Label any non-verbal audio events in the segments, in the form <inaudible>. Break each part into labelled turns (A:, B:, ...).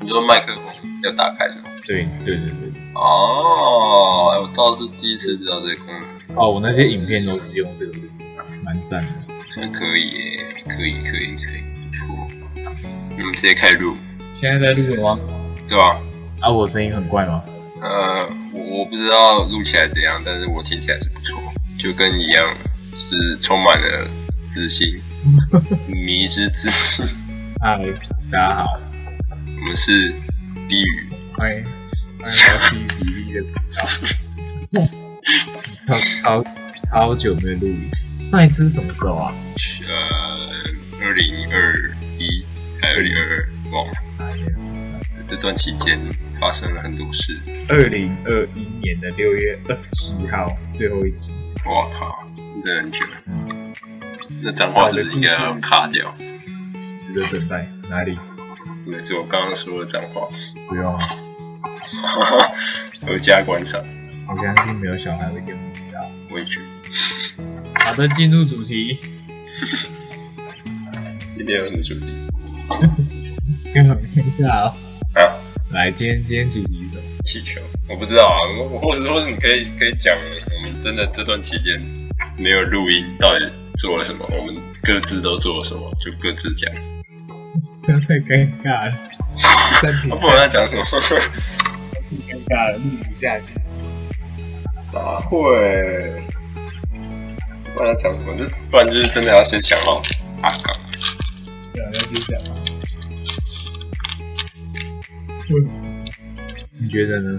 A: 你说麦克风要打开是吗？
B: 对对对对，
A: 哦，哎我倒是第一次知道这个功能，
B: 哦，我那些影片都是用这个，蛮赞的。
A: 可以耶，可以，可以，可以，不错。我们直接开录，
B: 现在在录了吗？
A: 对吧、
B: 啊，我声音很怪吗？
A: 呃，我我不知道录起来怎样，但是我听起来是不错，就跟你一样，就是充满了自信，迷之自信。
B: 嗨，大家好，
A: 我们是低语，
B: 欢迎欢迎到新吉利的频道，超超超久没录音，上一次是什么时候啊？
A: 呃，二零二一还二零二二，忘了。这段期间发生了很多事，
B: 二零二一年的六月二十七号，最后一集。
A: 我靠，真的很久。那脏话是不是应该要卡掉？
B: 值得等待哪里？
A: 没错，我刚刚说的脏话，
B: 不用啊，
A: 合家观赏，
B: 我相信没有小孩会跟我一样。
A: 我也觉得
B: 好的，进入主题。
A: 今天有什么主题
B: 跟我看一下啊、
A: 啊？
B: 来，今天今天主题是什么？
A: 气球，我不知道啊，我或者或者你可以可以讲，我们真的这段期间没有录音，到底做了什么？我们各自都做了什么？就各自讲。
B: 真的尴尬了，暂停
A: 啊、不管他讲什么，
B: 尴尬了，录不下去。
A: 哪啊会？不然他讲什么？这不然就是真的要先想好啊，靠
B: 对啊，那就这样吧。我你觉得呢？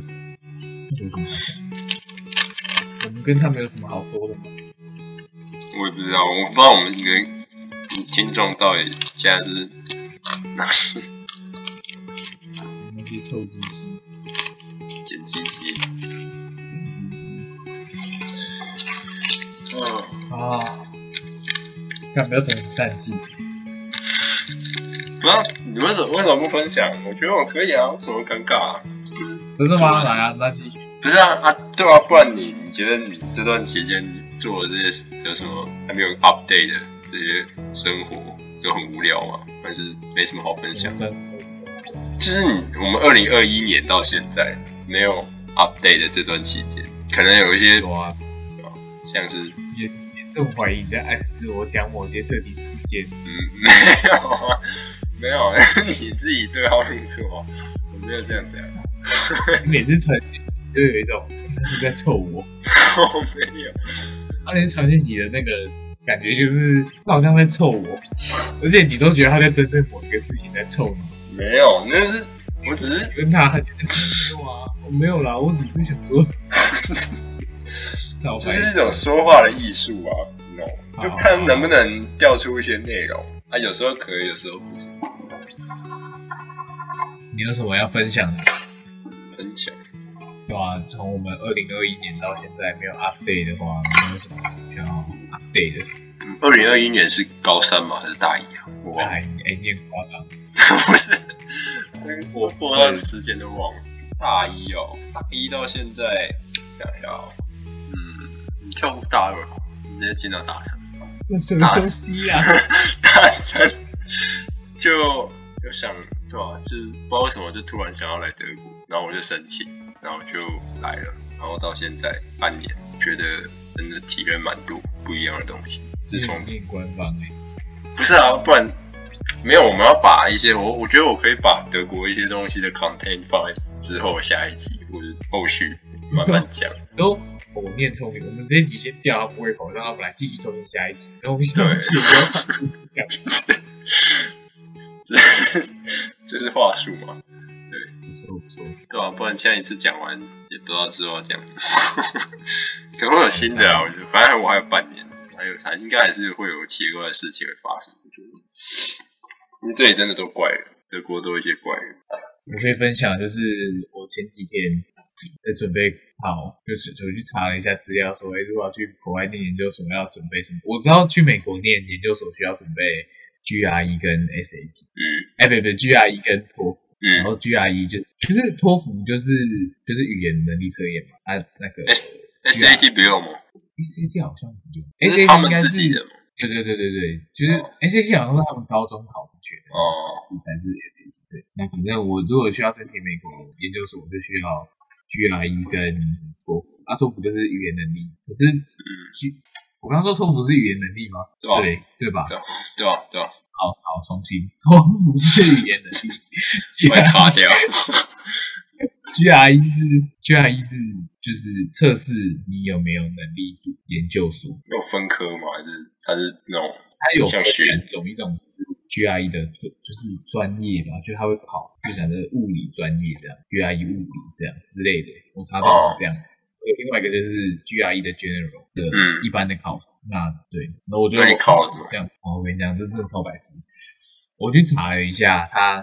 B: 我们跟他们有什么好说的吗？
A: 我也不知道，我不知道我们这个听众到底现在是哪是
B: 那些臭鸡鸡，
A: 剪辑机。嗯，
B: 啊！看不要总是淡季，
A: 不知道你为什么为什么不分享？我觉得我可以啊，为什么尴尬、啊？
B: 真的吗？来啊，那继续。
A: 不是啊啊，对啊，不然你你觉得你这段期间你做的这些有什么还没有 update 的这些生活就很无聊吗？还是没什么好分享？就是你我们二零二一年到现在没有 update 的这段期间，可能有一些
B: 有啊，
A: 像是
B: 严严重怀疑你在暗示我讲某些特定事件。
A: 嗯没有啊，没有啊， <laughs> 你自己对号入座，我没有这样讲， <laughs>
B: 你每次传讯息都有一种他是不是在臭我，
A: 我没有。
B: 他连传讯息的那个感觉就是他好像在臭我，而且你都觉得他在针对某一个事情在臭你。
A: 没有，那是我只是
B: 你问他，他就在没有啊，我没有啦，我只是想
A: <laughs>
B: 说，少
A: 这
B: 白
A: 是一种说话的艺术啊，你知道吗？
B: 好
A: 就看能不能调出一些内容啊，有时候可以，有时候不行
B: 你有什么要分享的？
A: 分享。
B: 对啊，从我们二零二一年到现在没有 update 的话，没有什么需要 update 的。
A: 二零二一年是高三吗？还是大一啊？我
B: 哇，
A: 忘了，
B: 哎、你很夸张，
A: <laughs> 不是，
B: 我
A: 我那时间都忘了。大一哦，大一到现在，想一下哦，嗯，你跳过大二好，你直接进到大三。
B: 那什么东西 <laughs> 啊？
A: 大三 <laughs> 就就想对啊，就是不知道为什么就突然想要来德国，然后我就申请，然后就来了，然后到现在半年，觉得真的体验蛮多不一样的东西。自从
B: 面官方哎、
A: 不是啊，不然没有，我们要把一些我我觉得我可以把德国一些东西的 content 放在之后下一集或者后续慢慢讲。 <laughs>
B: 都我念聪明，我们这一集先掉他们胃口，让他们来继续收听下一集。然后我们下一集不要放这样，
A: 这这是话术嘛？
B: 不错不错。
A: 对啊，不然现在一次讲完也不知道之后要讲 <laughs> 什么，可能会有新的啊。我觉得，反正我还有半年，还有还应该还是会有奇怪的事情会发生。我觉得，因为这里真的都怪人，德国都有一些怪人。
B: 我可以分享，就是我前几天在准备考，就是我去查了一下资料说、哎，如果要去国外念研究所要准备什么？我知道去美国念研究所需要准备 GRE 跟 SAT，
A: 嗯
B: 哎，不不，GRE 跟托福，然
A: 嗯
B: 后 GRE 就就是托福就是就是语言能力测验嘛，啊那个
A: S-，SAT 不用吗？
B: SAT 好像不用
A: 那是他
B: ，SAT 应
A: 们
B: 该
A: 自己
B: 是
A: 的嘛。
B: 对对对对对，就是
A: 哦
B: 哎 SAT 好像是他们高中考的学的
A: 哦
B: 考试才是 SAT，对，那反正我如果需要申请美国研究所，我就需要 GRE 跟托福。啊，托福就是语言能力，可是
A: 嗯，
B: G 我刚刚说托福是语言能力吗？
A: 对吧？
B: 对对吧？
A: 对啊，对啊，
B: <laughs>
A: 对啊，
B: 好好重新，托福是语言
A: <laughs>
B: 能力啊
A: 把你卡掉。
B: ，GRE 是 GRE 是就是测试你有没有能力读研究所。
A: 有分科吗？还是它是那种
B: 它有
A: 像学
B: 两种，一种是 GRE 的专就是专业吧，就他会考，就想着物理专业这样，GRE 物理这样之类的，我查到
A: 哦
B: 是这样。有另外一个就是 GRE 的 general 的
A: 嗯
B: 一般的考试，那对，那我觉得
A: 那你考了什么
B: 这样，哦我跟你讲，这真的超白痴。我去查了一下，他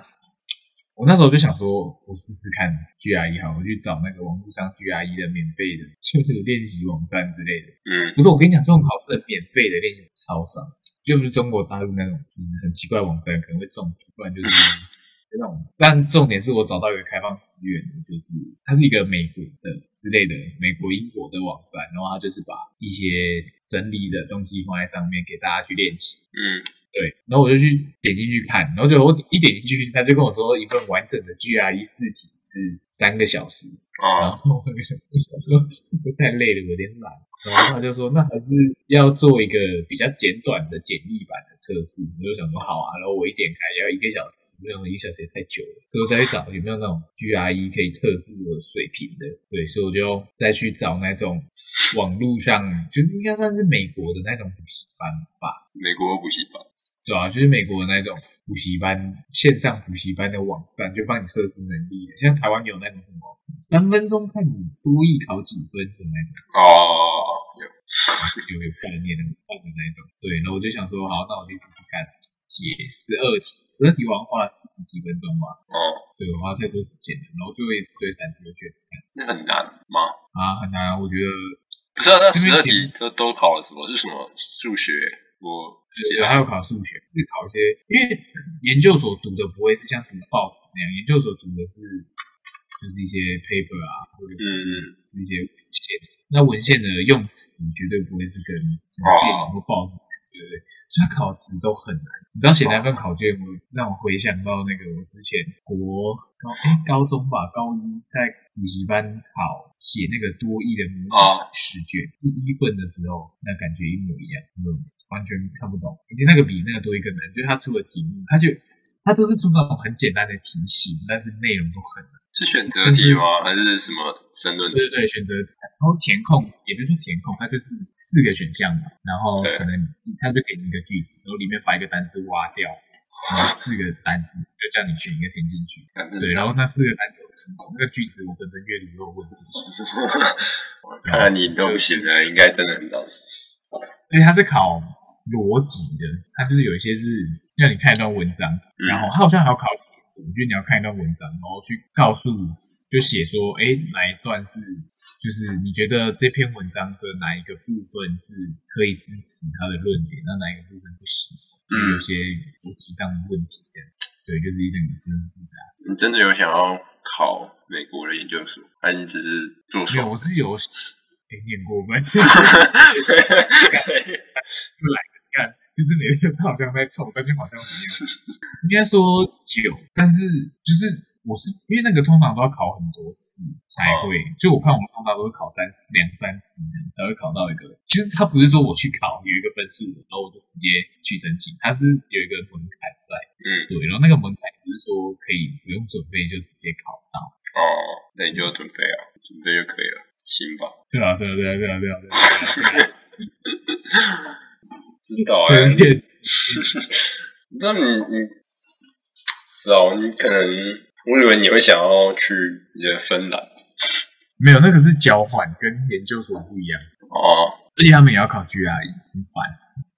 B: 我那时候就想说，我试试看 GRE 哈，我去找那个网络上 GRE 的免费的，就是练习网站之类的。
A: 嗯
B: 不是，我跟你讲，这种考试的免费的练习超少，就不是中国大陆那种，就是很奇怪的网站可能会中毒，不然就是那种。但重点是我找到一个开放资源的，就是它是一个美国的之类的美国、英国的网站，然后它就是把一些整理的东西放在上面给大家去练习。
A: 嗯，
B: 对，然后我就去点进去看，然后就我一点进去，他就跟我说一份完整的 GRE 试题是三个小时，然
A: 啊，
B: 后我就想说这太累了，有点懒。然后他就说，那还是要做一个比较简短的简易版的测试。我就想说，好啊。然后我一点开要一个小时，我想说一个小时也太久了，所以我再去找有没有那种 GRE 可以测试我的水平的。对，所以我就再去找那种网络上，就是应该算是美国的那种补习班吧。
A: 美国补习班，
B: 对啊，就是美国的那种补习班线上补习班的网站，就帮你测试能力的。像台湾有那种什么三分钟看你多艺考几分的那种，
A: 哦，有
B: 有有概念的概念的那种。对，然后我就想说，好，那我去试试看解十二题，十二题我好像花了四十几分钟吧，
A: 哦，
B: 对我花太多时间了。然后最后一次对三题的卷
A: 那很难吗？
B: 啊，很难啊，我觉得。
A: 不是啊，那
B: 这
A: 十
B: 边
A: 二
B: 题
A: 题都都考了什么？是什么数学？我记
B: 对，
A: 得
B: 还有考数学，会考一些，因为研究所读的不会是像读报纸那样，研究所读的是就是一些 paper 啊，或者是
A: 嗯
B: 一些文献。那文献的用词绝对不会是跟什么电影或报纸，对不对？所以它考词都很难。你知道写那份考卷，我让我回想到那个我之前国高、诶高中吧，高一在补习班考写那个多义的母语
A: 啊
B: 试卷第一份的时候，那感觉一模一样，嗯，完全看不懂。而且那个比那个多一个难，就是他出的题目，他就他都是出那种很简单的题型，但是内容都很难。
A: 是选择题吗？还是什么申论
B: 对
A: 题？
B: 对对，选择题，然后填空，也不是说填空，它就是四个选项嘛，然后
A: 对
B: 可能他就给你一个句子，然后里面把一个单字挖掉，然后四个单字就叫你选一个填进去。
A: 看那 <laughs>
B: 对，然后那四个单字，那个句子我本身阅读都有问题，
A: 看来你都不行了，应该真的很难。
B: 而且它是考逻辑的，它就是有一些是让你看一段文章，然后它好像还要考解字，就是你要看一段文章，然后去告诉，就写说，哎，哪一段是，就是你觉得这篇文章的哪一个部分是可以支持他的论点，那哪一个部分不行，就有些逻辑上的问题的，对，就是一整个是很复杂。
A: 你真的有想要考美国的研究所，还是你只是做
B: 没有，
A: 爽？
B: 我是有，哎，念过吗？看，就是每天他好像在臭，但就好像没有。应该说有，但是就是我是因为那个通常都要考很多次才会，就我看我们通常都是考三次、两三次这样才会考到一个。其实他不是说我去考有一个分数，然后我就直接去申请，他是有一个门槛在。
A: 嗯，
B: 对，然后那个门槛不是说可以不用准备就直接考到。
A: <laughs> 哦，那你就准备啊，准备就可以了，行吧？
B: 对啊，对啊，对啊，对啊，对啊，对啊。
A: 不知道哎、
B: 所以也是
A: 那你你，知道你可能，我以为你会想要去你的芬兰
B: 没有那个是交换，跟研究所不一样，
A: 哦，
B: 而且他们也要考 GRE，很烦。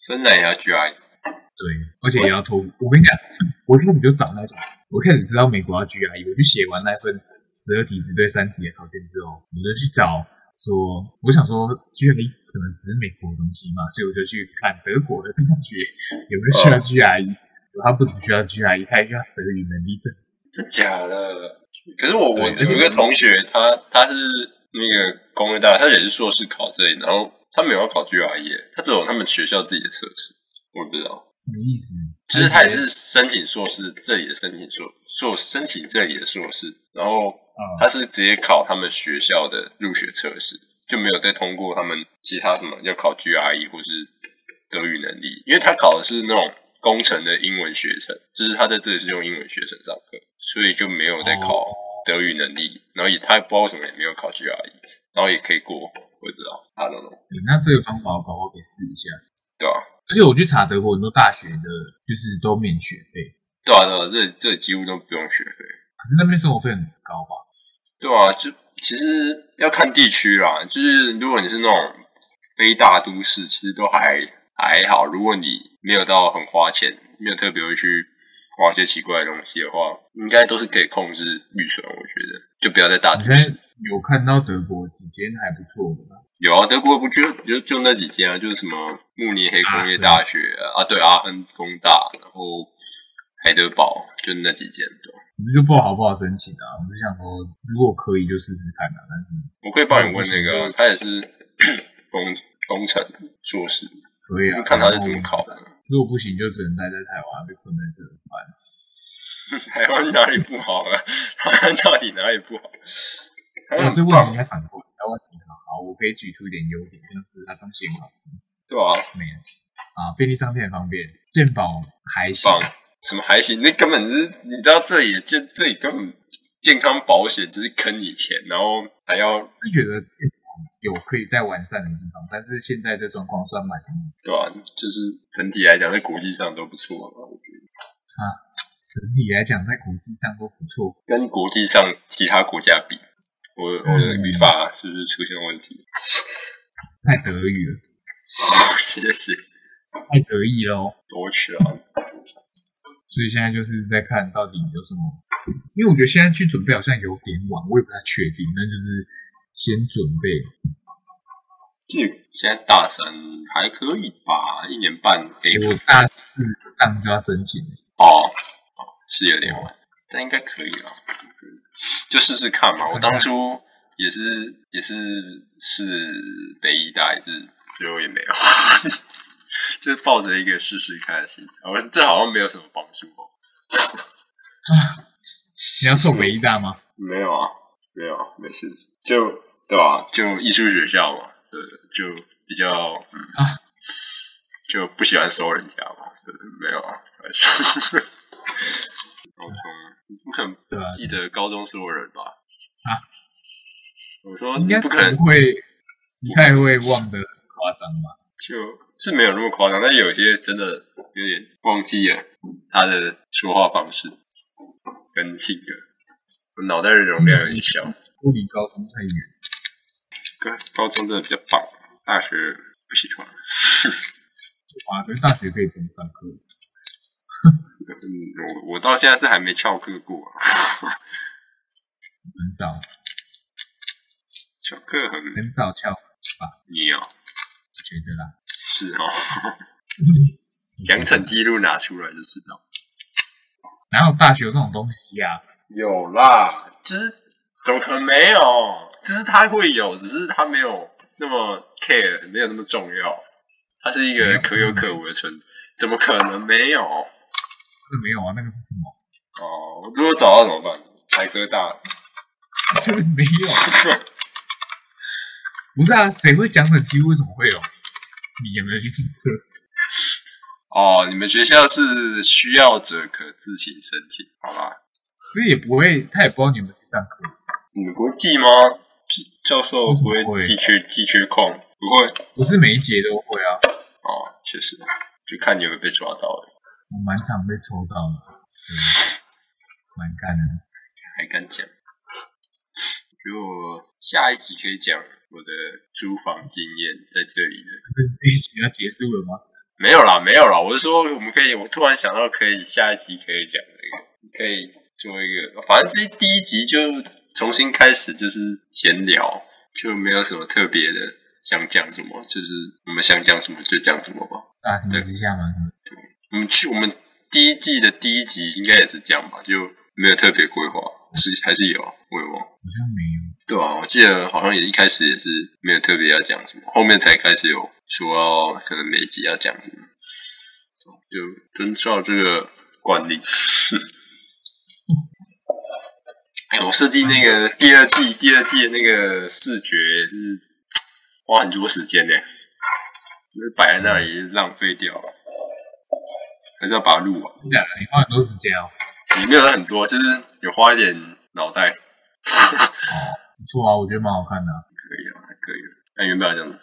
A: 芬兰也要啊 GRE
B: 对，而且也要托福。我跟你讲，我一开始就找那种，我一开始知道美国要 GRE，我就写完那份十二题只对三题的考卷之后，我就去找说，我想说 GRE 可能只是美国的东西嘛，所以我就去看德国的大学有没有
A: 哦
B: 需要 GRE，、它不只需要 GRE，它还需要德语能力证。
A: 真假的？可是我我
B: 对而且
A: 有一个同学，他他是那个工业大，他也是硕 E，士考这里，然后他没有要考 GRE，他只有他们学校自己的测试，我也不知道。
B: 是什么意思？
A: 就是他也是申请硕士，这里的申请硕硕申请这里的硕士，然后他是直接考他们学校的入学测试，就没有再通过他们其他什么要考 GRE 或是德语能力，因为他考的是那种工程的英文学程，就是他在这里是用英文学程上课，所以就没有再考德语能力，然后也他不知道为什么也没有考 GRE，然后也可以过，我知道，I don't know，
B: 对那这个方法我搞不好可以试一下。
A: 对啊，
B: 而且我去查德国很多大学的，就是都免学费，
A: 对啊，对啊，这这几乎都不用学费。
B: 可是那边生活费很高吧？
A: 对啊，就其实要看地区啦，就是如果你是那种非大都市，其实都还还好。如果你没有到很花钱，没有特别会去花一些奇怪的东西的话，应该都是可以控制预算。我觉得就不要在大
B: 我
A: 都
B: 觉得
A: 市。
B: 有看到德国几间还不错的吧，
A: 有啊，德国不就就就那几间啊，就是什么慕尼黑工业大学啊，啊对，阿亨工大，然后海德堡，就那几间对啊。
B: 可是就不知道好不好申请啊。我就想说，如果可以就试试看啊。但是
A: 我可以帮你问那个啊、他也是 <coughs> 工工程硕士，
B: 可以啊
A: 就，看他是怎么考的。
B: 如果不行，就只能待在台湾，被困在这里烦。
A: <laughs> 台湾哪里不好啊？ <laughs> 台湾到底哪里不好？台
B: 那
A: 湾
B: 哎哦这
A: 很
B: 问题
A: 棒
B: 应该反过来，台湾挺好啊，我可以举出一点优点，像是它东西很好吃，
A: 对啊，
B: 没有啊，便利商店很方便，健保还行，
A: 棒，什么还行？那根本就是你知道这里健这里根本健康保险只是坑你钱，然后还要
B: 就觉得健保有可以再完善的地方，但是现在这状况算蛮
A: 对吧、就是整体来讲，在国际上都不错嘛，我觉得
B: 整体来讲，在国际上都不错。
A: 跟国际上其他国家比，我我的语法是不是出现问题？ <laughs>
B: 太德语了，
A: 谢谢，
B: 太得意哦喽。
A: 多吃啊！
B: 所以现在就是在看到底有什么，因为我觉得现在去准备好像有点晚，我也不太确定，那就是先准备。
A: 这现在大三还可以吧，一年半可以
B: 我大四上就要申请了，
A: 哦，是有点晚，但应该可以啦，我觉得就试试看嘛。我当初也是也是是北医大，也是最后也没有， <laughs> 就是抱着一个试试看的心态。我这好像没有什么帮助哦。
B: 你要送北医大吗？
A: 没有啊，没有，啊，没事，就对啊吧、就艺术学校嘛，对，就比较嗯
B: 啊
A: 就不喜欢收人家嘛，对没有啊。没事 <laughs> 高中，不可能
B: 对啊，
A: 记得高中所有人吧？
B: 啊？
A: 我说
B: 应
A: 你
B: 该
A: 哦不可能，
B: 不会，不太会忘得很夸张吧？
A: 就是没有那么夸张，但有些真的有点忘记了他的说话方式跟性格，我脑袋的容量有点小。
B: 不离高中太远。
A: 高高中真的比较棒，大学不喜欢。
B: 哇，可是大学可以不用上课，
A: 嗯，我我到现在是还没翘课过、啊，
B: 很少
A: 翘课很
B: 很少翘，
A: 你哦，
B: 觉得啦。
A: 是哦， <laughs>
B: 嗯
A: 奖惩记录拿出来就知道。
B: 哪有大学有这种东西啊？
A: 有啦，就是怎么可能没有？就是他会有，只是他没有那么 care，没有那么重要。它是一
B: 没
A: 个
B: 有
A: 可有可无的存，怎么可能没有？哦，
B: 那没有啊，那个是什么？
A: 如果找到怎么办？台科大，
B: <laughs> 真的没有。啊不是啊，谁会奖惩机为什么会有？你有没有去上课？
A: 哦，你们学校是需要者可自行申请，好吧？
B: 其实也不会，他也不知道你有没有去上课。
A: 你们不会记吗？教授不
B: 不
A: 会
B: 会
A: 记缺记缺空，不会
B: 不是每一节都会啊，
A: 哦，确实，就看你有没有被抓到而已，
B: 我蛮常被抽到的，对蛮干的。
A: 还敢讲？就下一集可以讲我的租房经验，在这里的
B: 可是这一集要结束了吗？
A: 没有啦，没有啦，我是说我们可以，我突然想到可以下一集可以讲这个，可以做一个，反正这第一集就重新开始，就是闲聊，就没有什么特别的想讲什么，就是我们想讲什么就讲什么吧。
B: 乍听之下蛮
A: 我们去我们第一季的第一集应该也是这样吧，就没有特别规划，是还是有，我也忘了。
B: 好像没有，
A: 对啊，我记得好像也一开始也是没有特别要讲什么，后面才开始有说要可能每集要讲什么。啊就遵照这个惯例。哎、我设计那个第二季第二季的那个视觉也是花很多时间呢、就是摆在那里浪费掉了，还是要把它录完。
B: 真假的？你花很多时间哦，
A: 也没有很多，就是有花一点脑袋， <laughs> 可
B: 不错啊，我觉得蛮好看的啊、
A: 以啊，还可以啊。但原本要这样子，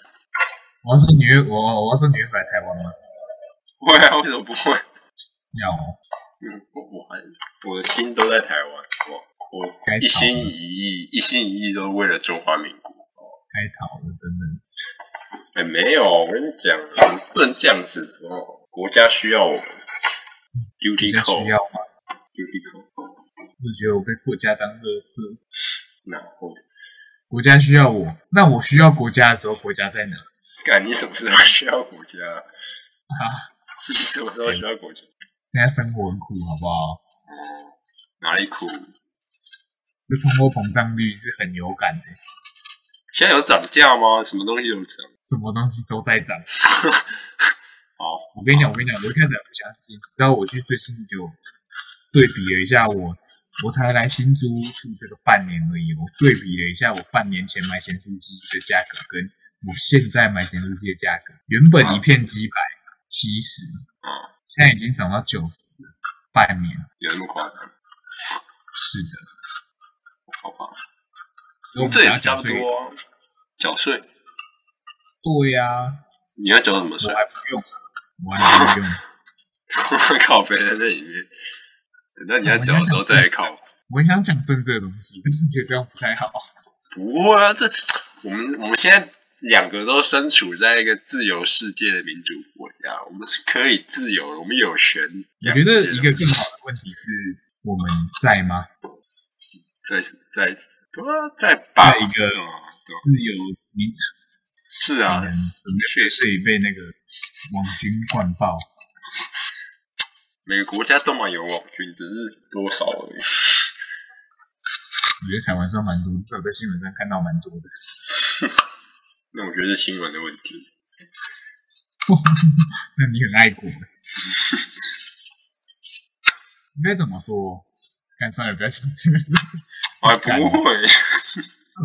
B: 我要说你会，我我我要说你会回来台湾吗？
A: 不会啊，为什么不会？
B: 要哦，
A: 嗯，我我还我的心都在台湾，我我
B: 该
A: 一
B: 逃
A: 心一
B: 了，
A: 意，一心一意都为了中华民国。
B: 该逃了，真的。
A: 哎、没有，我跟你讲，你不能这样子哦，国家需要我们
B: 比
A: ，duty
B: 较
A: call，duty
B: 需要吗？
A: call，
B: 我觉得我被国家当乐事，
A: 然后
B: 国家需要我，那我需要国家的时候，国家在哪？
A: 干你什么时候需要国家？
B: 啊，
A: 你什么时候需要国家？
B: 现在生活很苦，好不好？
A: 哪里苦？
B: 这通货膨胀率是很有感的，
A: 现在有涨价吗？什么东西有涨？哦
B: 什么东西都在涨。
A: 好，
B: 我跟你讲，我跟你讲，我一开始还不相信，直到我去最近就对比了一下我，我才来新租屋处这个半年而已，我对比了一下我半年前买咸酥鸡的价格跟我现在买咸酥鸡的价格，原本一片鸡排七十，现在已经涨到九十了，半年。
A: 有那么夸张？
B: 是的，
A: 好吧，
B: 所以我们
A: 这也
B: 要
A: 是差
B: 缴
A: 不
B: 税。
A: 多啊、缴税，
B: 对呀、
A: 你要缴什么
B: 我
A: 税？
B: 还不用，我还不用，
A: 靠北在那里面，等到你要缴的时候再来考。
B: 我很想讲政治的东西， <laughs> 但是觉得这样不太好。
A: 不会啊，这我们我们现在两个都身处在一个自由世界的民主国家，我们是可以自由的，我们有权
B: 我
A: 讲这
B: 觉
A: 些东
B: 得
A: 西。
B: 一个更好的问题是，我们在吗？
A: 在在对啊，在把
B: 在一个
A: 对啊对啊
B: 自由民主
A: 是
B: 党
A: 啊
B: 人，所以所以被那个网军灌爆，
A: 每个国家都嘛有网军，只是多少而已。
B: 我觉得台湾算蛮多，至少在新闻上看到蛮多的。 <laughs>
A: 那我觉得是新闻的问题。
B: 那你很爱国，应该怎么说？干算了，不要讲这个事。
A: 哎，不会，
B: <laughs>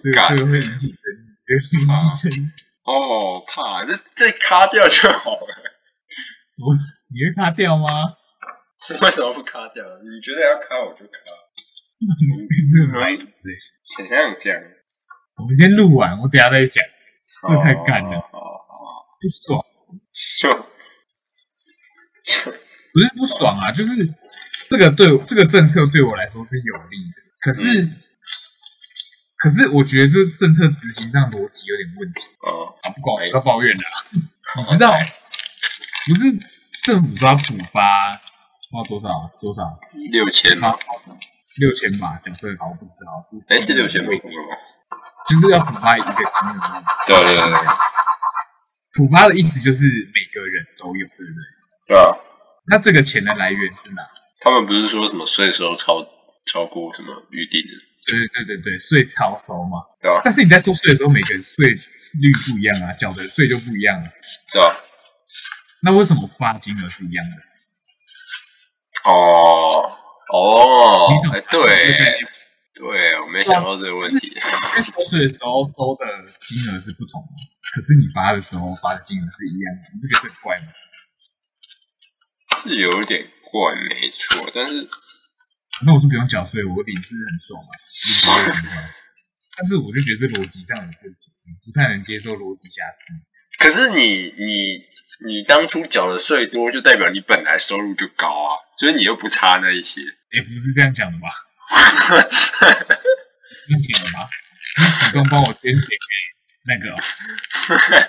B: 这个这个会引起争议，这个会引起争议。
A: 哦，怕这这卡掉就好了。 <laughs>
B: 我你会卡掉吗？
A: 为什么不卡掉？你觉得要卡我就卡。
B: 这个白痴欸！
A: 怎样讲？
B: 我们先录完，我等一下再讲，这太干了
A: 哦。哦哦
B: 不爽。
A: 就就
B: 不是不爽啊，就是这个对这个政策对我来说是有利的，可是、可是我觉得这政策执行上逻辑有点问题
A: 哦，
B: 啊，不管我要抱怨的、啊，你知道不是政府说要普发，不知道多少多少
A: 六千
B: 发
A: 吗？
B: 六千吧，假设好我不知道，
A: 哎，是六千吗？
B: 吗？就是要普发一个金额，
A: 对对对对
B: 普发的意思就是每个人都有，对不对？
A: 对啊！
B: 那这个钱的来源是哪？
A: 他们不是说什么税收超超过什么预定的，
B: 对对对对对，税超收嘛。
A: 对吧、
B: 但是你在收税的时候，每个人税率不一样啊，缴的税就不一样啊。
A: 对吧、
B: 那为什么发金额是一样的？
A: 哦哦
B: 你，懂
A: 哎，
B: 吗
A: 对对，我没想到这个问题。
B: 在收税的时候收的金额是不同的，可是你发的时候发的金额是一样的，你不觉得这很怪吗？
A: 是有点怪，没错，但是
B: 那我是不用缴税，我领是很爽啊，我领是很爽。但是我就觉得这逻辑上有问题，不太能接受逻辑瑕疵。
A: 可是你你你当初缴的税多，就代表你本来收入就高啊，所以你又不差那一些。
B: 也不是这样讲的吧？是这样讲的吗？是主动帮我捐钱给那个、哦，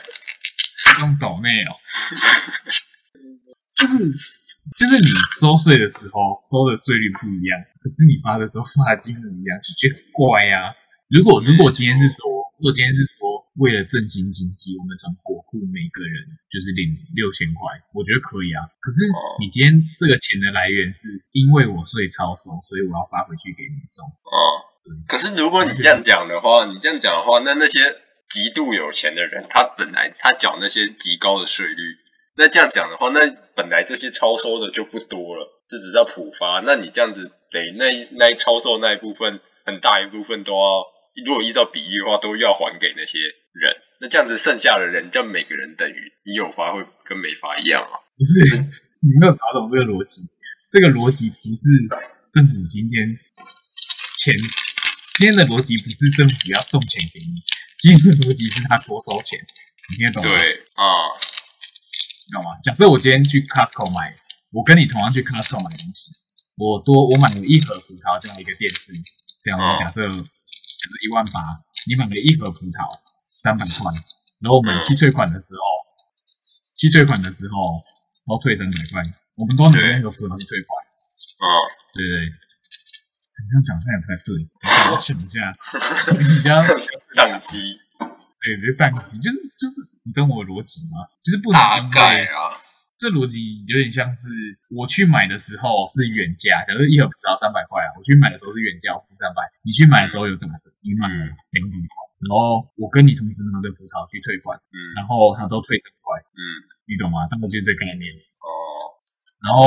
B: 主动抖内哦，就是就是你收税的时候收的税率不一样，可是你发的时候发的金额一样，就觉得怪呀、如果如果今天是说，如果今天是说为了振兴经济，我们从国库每个人就是领六千块，我觉得可以啊。可是
A: 哦
B: 你今天这个钱的来源是因为我税超收，所以我要发回去给民众。
A: 哦，可是如果你这样讲的话，你这样讲的话，那那些极度有钱的人，他本来他缴那些极高的税率，那这样讲的话，那本来这些超收的就不多了，这只叫普发。那你这样子等于那一那一超售那一部分很大一部分都要，如果依照比例的话，都要还给那些人。那这样子剩下的人，这样每个人等于你有发会跟没发一样啊？
B: 不是，你没有搞懂这个逻辑。这个逻辑不是政府今天钱，今天的逻辑不是政府要送钱给你，今天的逻辑是他多收钱，你听得懂吗？
A: 对啊，
B: 你懂吗？假设我今天去 Costco 买，我跟你同样去 Costco 买东西，我多我买了一盒葡萄加一个电视，这样
A: 嗯
B: 假设假设一万八，你买了一盒葡萄三百块，然后我们
A: 嗯
B: 去退款的时候，去退款的时候，然后退三百块，我们都拿那个葡萄去退款，
A: 啊，
B: 对不对？你这样讲出来也不太对，我想一下， <laughs> 所以你
A: <laughs>
B: 要
A: 宕机
B: 对，这淡季就是就是，你懂我的逻辑吗？就是不能
A: 大
B: 因为
A: 概啊，
B: 这逻辑有点像是我去买的时候是原价，假如一盒葡萄三百块啊，我去买的时候是原价，我付三百，你去买的时候有打折，你买了两百块，然后我跟你同时拿着葡萄去退款，
A: 嗯
B: 然后他都退三块，
A: 嗯
B: 你懂吗？大概就是这个概念。
A: 哦，
B: 然后，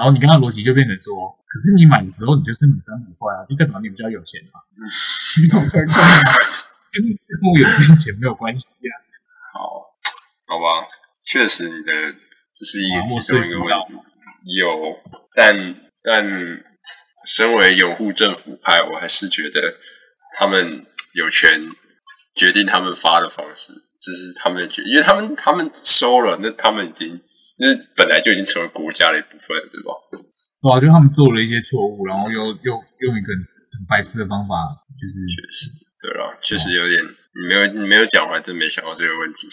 B: 然后你刚刚的逻辑就变成说，可是你买的时候你就是买三百块啊，就代表你比较有钱啊， <laughs> 你懂这个概念吗？ <laughs> 就是跟我有没有钱没有关系啊。
A: 好，好吧，确实你的这是一个
B: 啊
A: 其
B: 我
A: 中一
B: 说
A: 个
B: 服
A: 问
B: 到
A: 题，有，但但身为拥护政府派，我还是觉得他们有权决定他们发的方式，这是他们的决，因为他们他们收了，那他们已经那本来就已经成为国家的一部分了，对吧？
B: 对啊，就他们做了一些错误，然后又又用一个很白痴的方法，就是
A: 确实，对了，确实有点，你没有你没有讲，我还真没想到这个问题。 <laughs>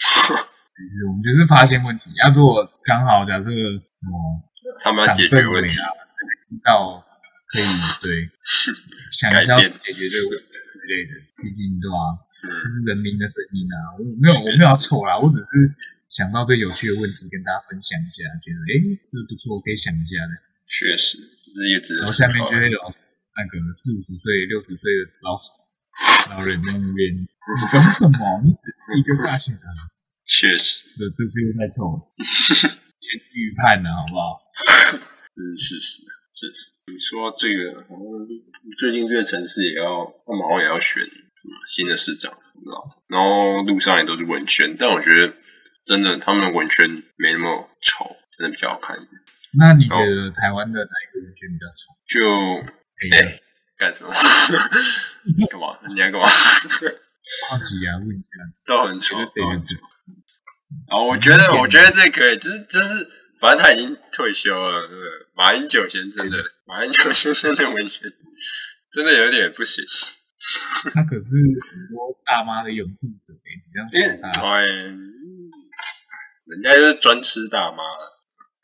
B: 就是我们就是发现问题。啊，如果刚好假设什么
A: 他们要
B: 党
A: 解决
B: 政
A: 问
B: 委
A: 题，
B: 啊，到可以
A: <laughs>
B: 对想一下
A: 改变
B: 要解决这个问题之类的，毕竟对吧、
A: 嗯
B: 这是人民的声音啊，我没有我没有要臭啦，我只是想到最有趣的问题跟大家分享一下，觉得诶这不错，可以想一下的。
A: 确实，这是一个值得
B: 然后
A: 思
B: 下面
A: 考
B: 就
A: 的。
B: 会有那个四五十岁、六十岁的老老人在那边，你懂什么？你只是一个大学生，
A: 确实，
B: 这这就是太臭了，先预判了好不好？
A: 这是事实，事实。你说到这个，好像最近这个城市也要，他们好像也要选什么新的市长，不知道。然后路上也都是文宣，但我觉得真的他们的文宣没那么丑，真的比较好看一点。
B: 那你觉得台湾的哪一个人选比较丑？
A: 就
B: 哎、
A: 哦哎干什么？ <laughs> 干嘛？你要干嘛？
B: 好奇啊，问一下，
A: 都很丑，
B: 觉得谁
A: 都
B: 很
A: 很
B: 丑
A: 丑。哦，我觉得，我觉得这可以，就是就是，反正他已经退休了。对马英九先生的马英九先生的文学真的有点不行，
B: 他可是很多大妈的拥护者哎、你这样
A: 因为
B: 说他，
A: 哎，人家就是专吃大妈了，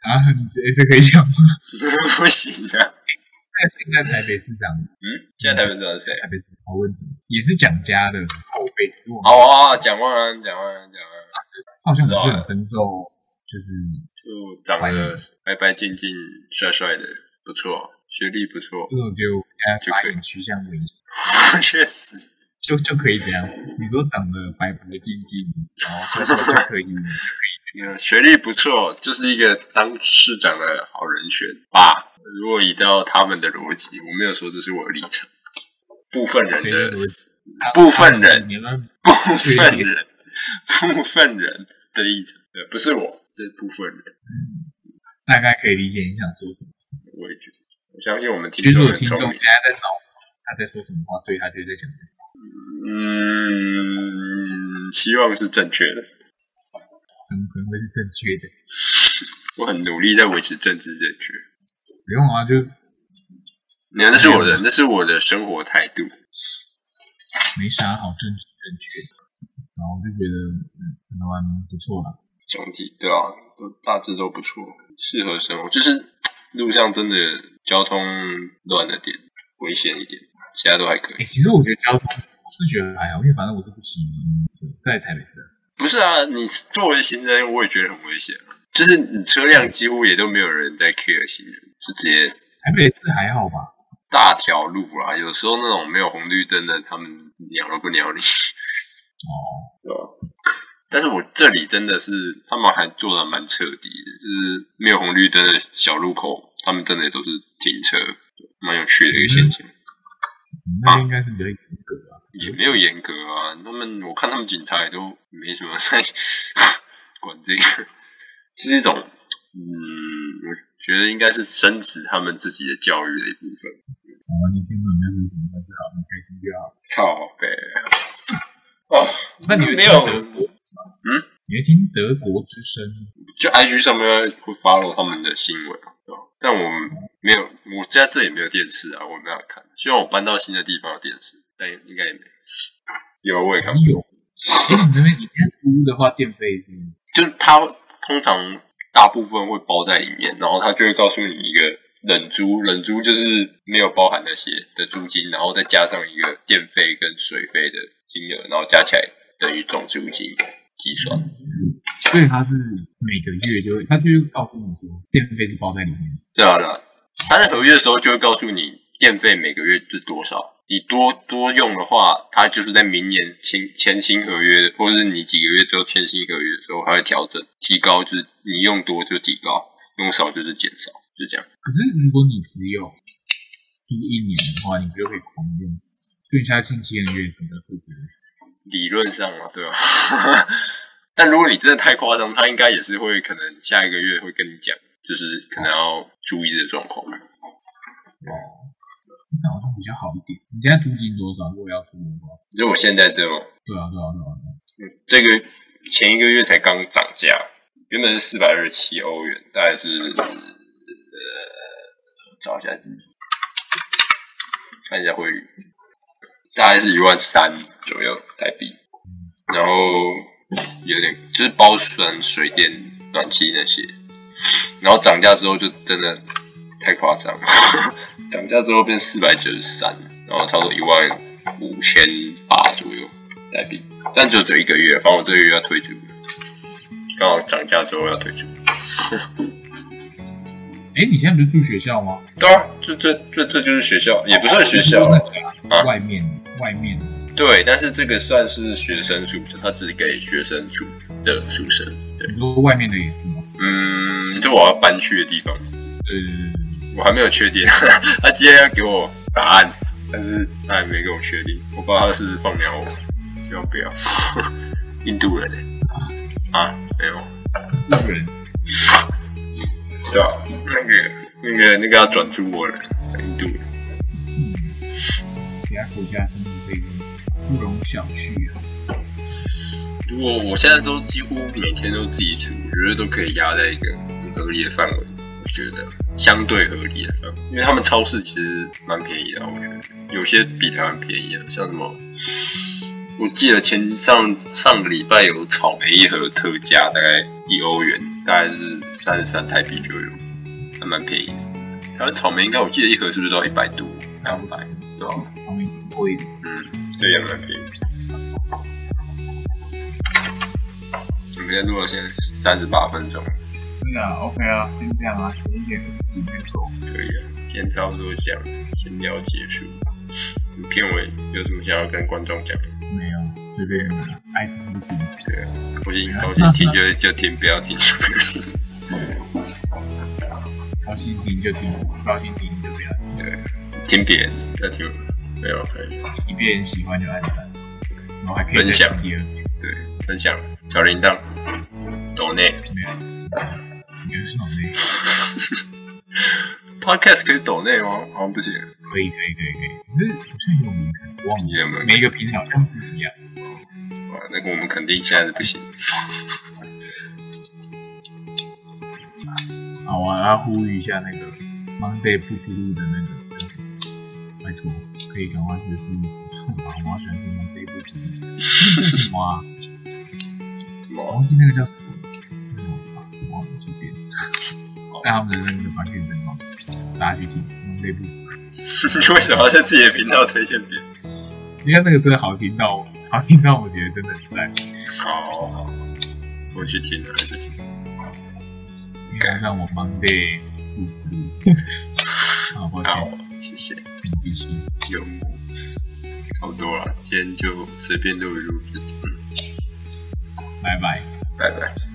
B: 啊，你这、这可以讲吗？ <laughs>
A: 不行啊。
B: 那现在台北市长，
A: 嗯，现在台北市长是谁？
B: 台北市长好问题也是蒋家的后辈，是我们
A: 哦哦，蒋万安，蒋万安，蒋万安，
B: 好像不是很深受，就是
A: 就长得白白净净、帅帅的，不错，学历不错 <laughs>
B: 这，种就现在发言趋向危险。
A: 确实。
B: 就就可以怎样？你说长得白白净净，然后说说就可以，
A: 嗯，学历不错，就是一个当市长的好人选吧。如果依照他们的逻辑，我没有说这是我的立场。部分人
B: 谁的
A: 的
B: 逻辑
A: 部分人
B: 你们
A: <laughs> 部分人部分人的立场，对，不是我，这是部分人。
B: 大概可以理解你想说什么。
A: 我也觉得，我相信我们
B: 其
A: 听
B: 实
A: 众
B: 我
A: 很
B: 听众
A: 聪
B: 现
A: 明。
B: 在在脑他在说什么话，对他就在讲。
A: 嗯，希望是正确的。
B: 怎么可能会是正确的？
A: 我很努力在维持政治正确。
B: 不用啊，就
A: 你看，那是我
B: 嗯
A: 的，那是我的生活态度。
B: 没啥好正正确的。然后我就觉得，嗯，台湾不错啦。
A: 整体对啊，都大致都不错，适合生活。就是路上真的交通乱了点，危险一点，其他都还可
B: 哎、
A: 以。
B: 其实我觉得交通，我是觉得还好，因为反正我是不骑车，在台北市啊。
A: 不是啊，你作为行人，我也觉得很危险啊。就是你车辆几乎也都没有人在 care 行人，就直接
B: 台北市还好吧？
A: 大条路啦。有时候那种没有红绿灯的，他们鸟都不鸟你，
B: 哦，
A: 对吧？但是我这里真的是他们还做的蛮彻底的，就是没有红绿灯的小路口，他们真的都是停车，蛮有趣的一个现象。
B: 嗯那应该是比较严格啊，
A: 也没有严格啊，他们我看他们警察也都没什么 <laughs> 在管这个，就是一种嗯，我觉得应该是升职他们自己的教育的一部分。
B: 好啊，你听不懂那是什么，但是好，你开心就好。
A: 靠背哦，
B: 那你会
A: 没
B: 听
A: 有
B: 德国？
A: 嗯，
B: 你会听德国之声吗？
A: 就 IG 上面会 follow 他们的新闻啊，对吧但我没有，我家这里没有电视啊，我没办法看。虽然我搬到新的地方有电视，但应该也没啊有，我也看不。
B: 有。哎、你那边你看租屋的话，电费是
A: 就是它通常大部分会包在里面，然后它就会告诉你一个冷租，冷租就是没有包含那些的租金，然后再加上一个电费跟水费的金额，然后加起来等于总租金计算。
B: 所以它是每个月就会，它就会告诉你说电费是包在里面。
A: 对啊，对啊，他在合约的时候就会告诉你电费每个月是多少，你多多用的话，他就是在明年签签新合约，或者是你几个月之后签新合约的时候，他会调整提高，就是你用多就提高，用少就是减少，就这样。
B: 可是如果你只有租一年的话，你就可以狂用，就你现在近期的月可能会租。
A: 理论上嘛，对吧、 <laughs> 啊？但如果你真的太夸张，他应该也是会可能下一个月会跟你讲，就是可能要注意的状况。
B: 这样好像比较好一点。你现在租金多少？如果要租的话，
A: 就我现在这种。
B: 对啊，对啊，对啊，对啊
A: 这个前一个月才刚涨价，原本是四百二十七欧元，大概是呃，找一下，看一下汇率，大概是一万三左右台币，然后有点就是包含水电、暖气那些，然后涨价之后就真的太夸张了， <laughs> 涨价之后变四百九十三，然后差不多一万五千八左右台币。但只有这一个月，反正我这个月要退出，刚好涨价之后要退出。
B: 哎、你现在不是住学校吗？
A: 对啊，这这这这就是学校，也不算学校了。啊
B: 外面，外面。
A: 对，但是这个算是学生宿舍，它只给学生住的宿舍。
B: 你说外面的也是吗？
A: 嗯，就我要搬去的地方，
B: 呃，
A: 我还没有确定。 <laughs> 他今天要给我答案，但是他还没给我确定，我不知道他是放鸟我，要不要？ <laughs> 印度人、欸、啊，没有。
B: 日本人。
A: 对啊，那个、那个、那个要转租我了，印度。
B: 嗯，其他国家生活这个不容小觑啊。
A: 如果我现在都几乎每天都自己煮，我觉得都可以压在一个很合理的范围，我觉得相对合理的范围，因为他们超市其实蛮便宜的，我觉得有些比台湾便宜啊，像什么，我记得前上上个礼拜有草莓一盒特价，大概一欧元，大概是三十三台币左右，还蛮便宜的。台湾草莓应该我记得一盒是不是都要一百多，两百，对吧、
B: 他们也会
A: 嗯，这也蛮便宜。我们现在录了现在三十八分钟，
B: 真的、啊、OK 啊，先这样啊，节一点十几分钟。
A: 可以了。今天差不多这样，闲聊结束。你片尾有什么想要跟观众讲？
B: 没有，随便啊，爱听不听。
A: 对啊，我已经高兴听就就听，不要听就不要听。
B: 高兴听就听，不高兴听就不要听。
A: 听别人的，不要听我的没有可以。
B: 你别人喜欢就按赞，然后还可以
A: 分
B: 再
A: 享
B: 讲第二遍。
A: 对，分享小铃铛，抖内
B: 没有，你有什么内
A: podcast 可以抖内吗？好像不行，
B: 可以可以可以可以，只是好像有门槛，忘
A: 你
B: 了。
A: 有没有？
B: 每一个平台好像不一样。
A: 哇，那个我们肯定现在是不行。
B: 好啊，然后呼吁一下那个 Monday 不孤独的那个，拜托，可以赶快恢复一次创吗？我好喜欢听 Monday 不孤独。那个叫什么啊？
A: 什
B: 我
A: 么？ <laughs>
B: 忘记那个叫什么了，是什么啊？我忘了随便。但他们的那个 p o d c a 很好，大家去听 Monday 不孤独。
A: 你为什么要在自己的频道推荐别人？
B: 因为那个真的好听到，好听到我觉得真的很赞。
A: 好好，我去听了，我去听。
B: 因为加上我 Monday 不孤 <laughs> 独。好，抱歉
A: 好，，谢谢，
B: 请继续。
A: 幽默，差不多了，今天就随便录一录，就这样
B: 拜拜。
A: 拜拜。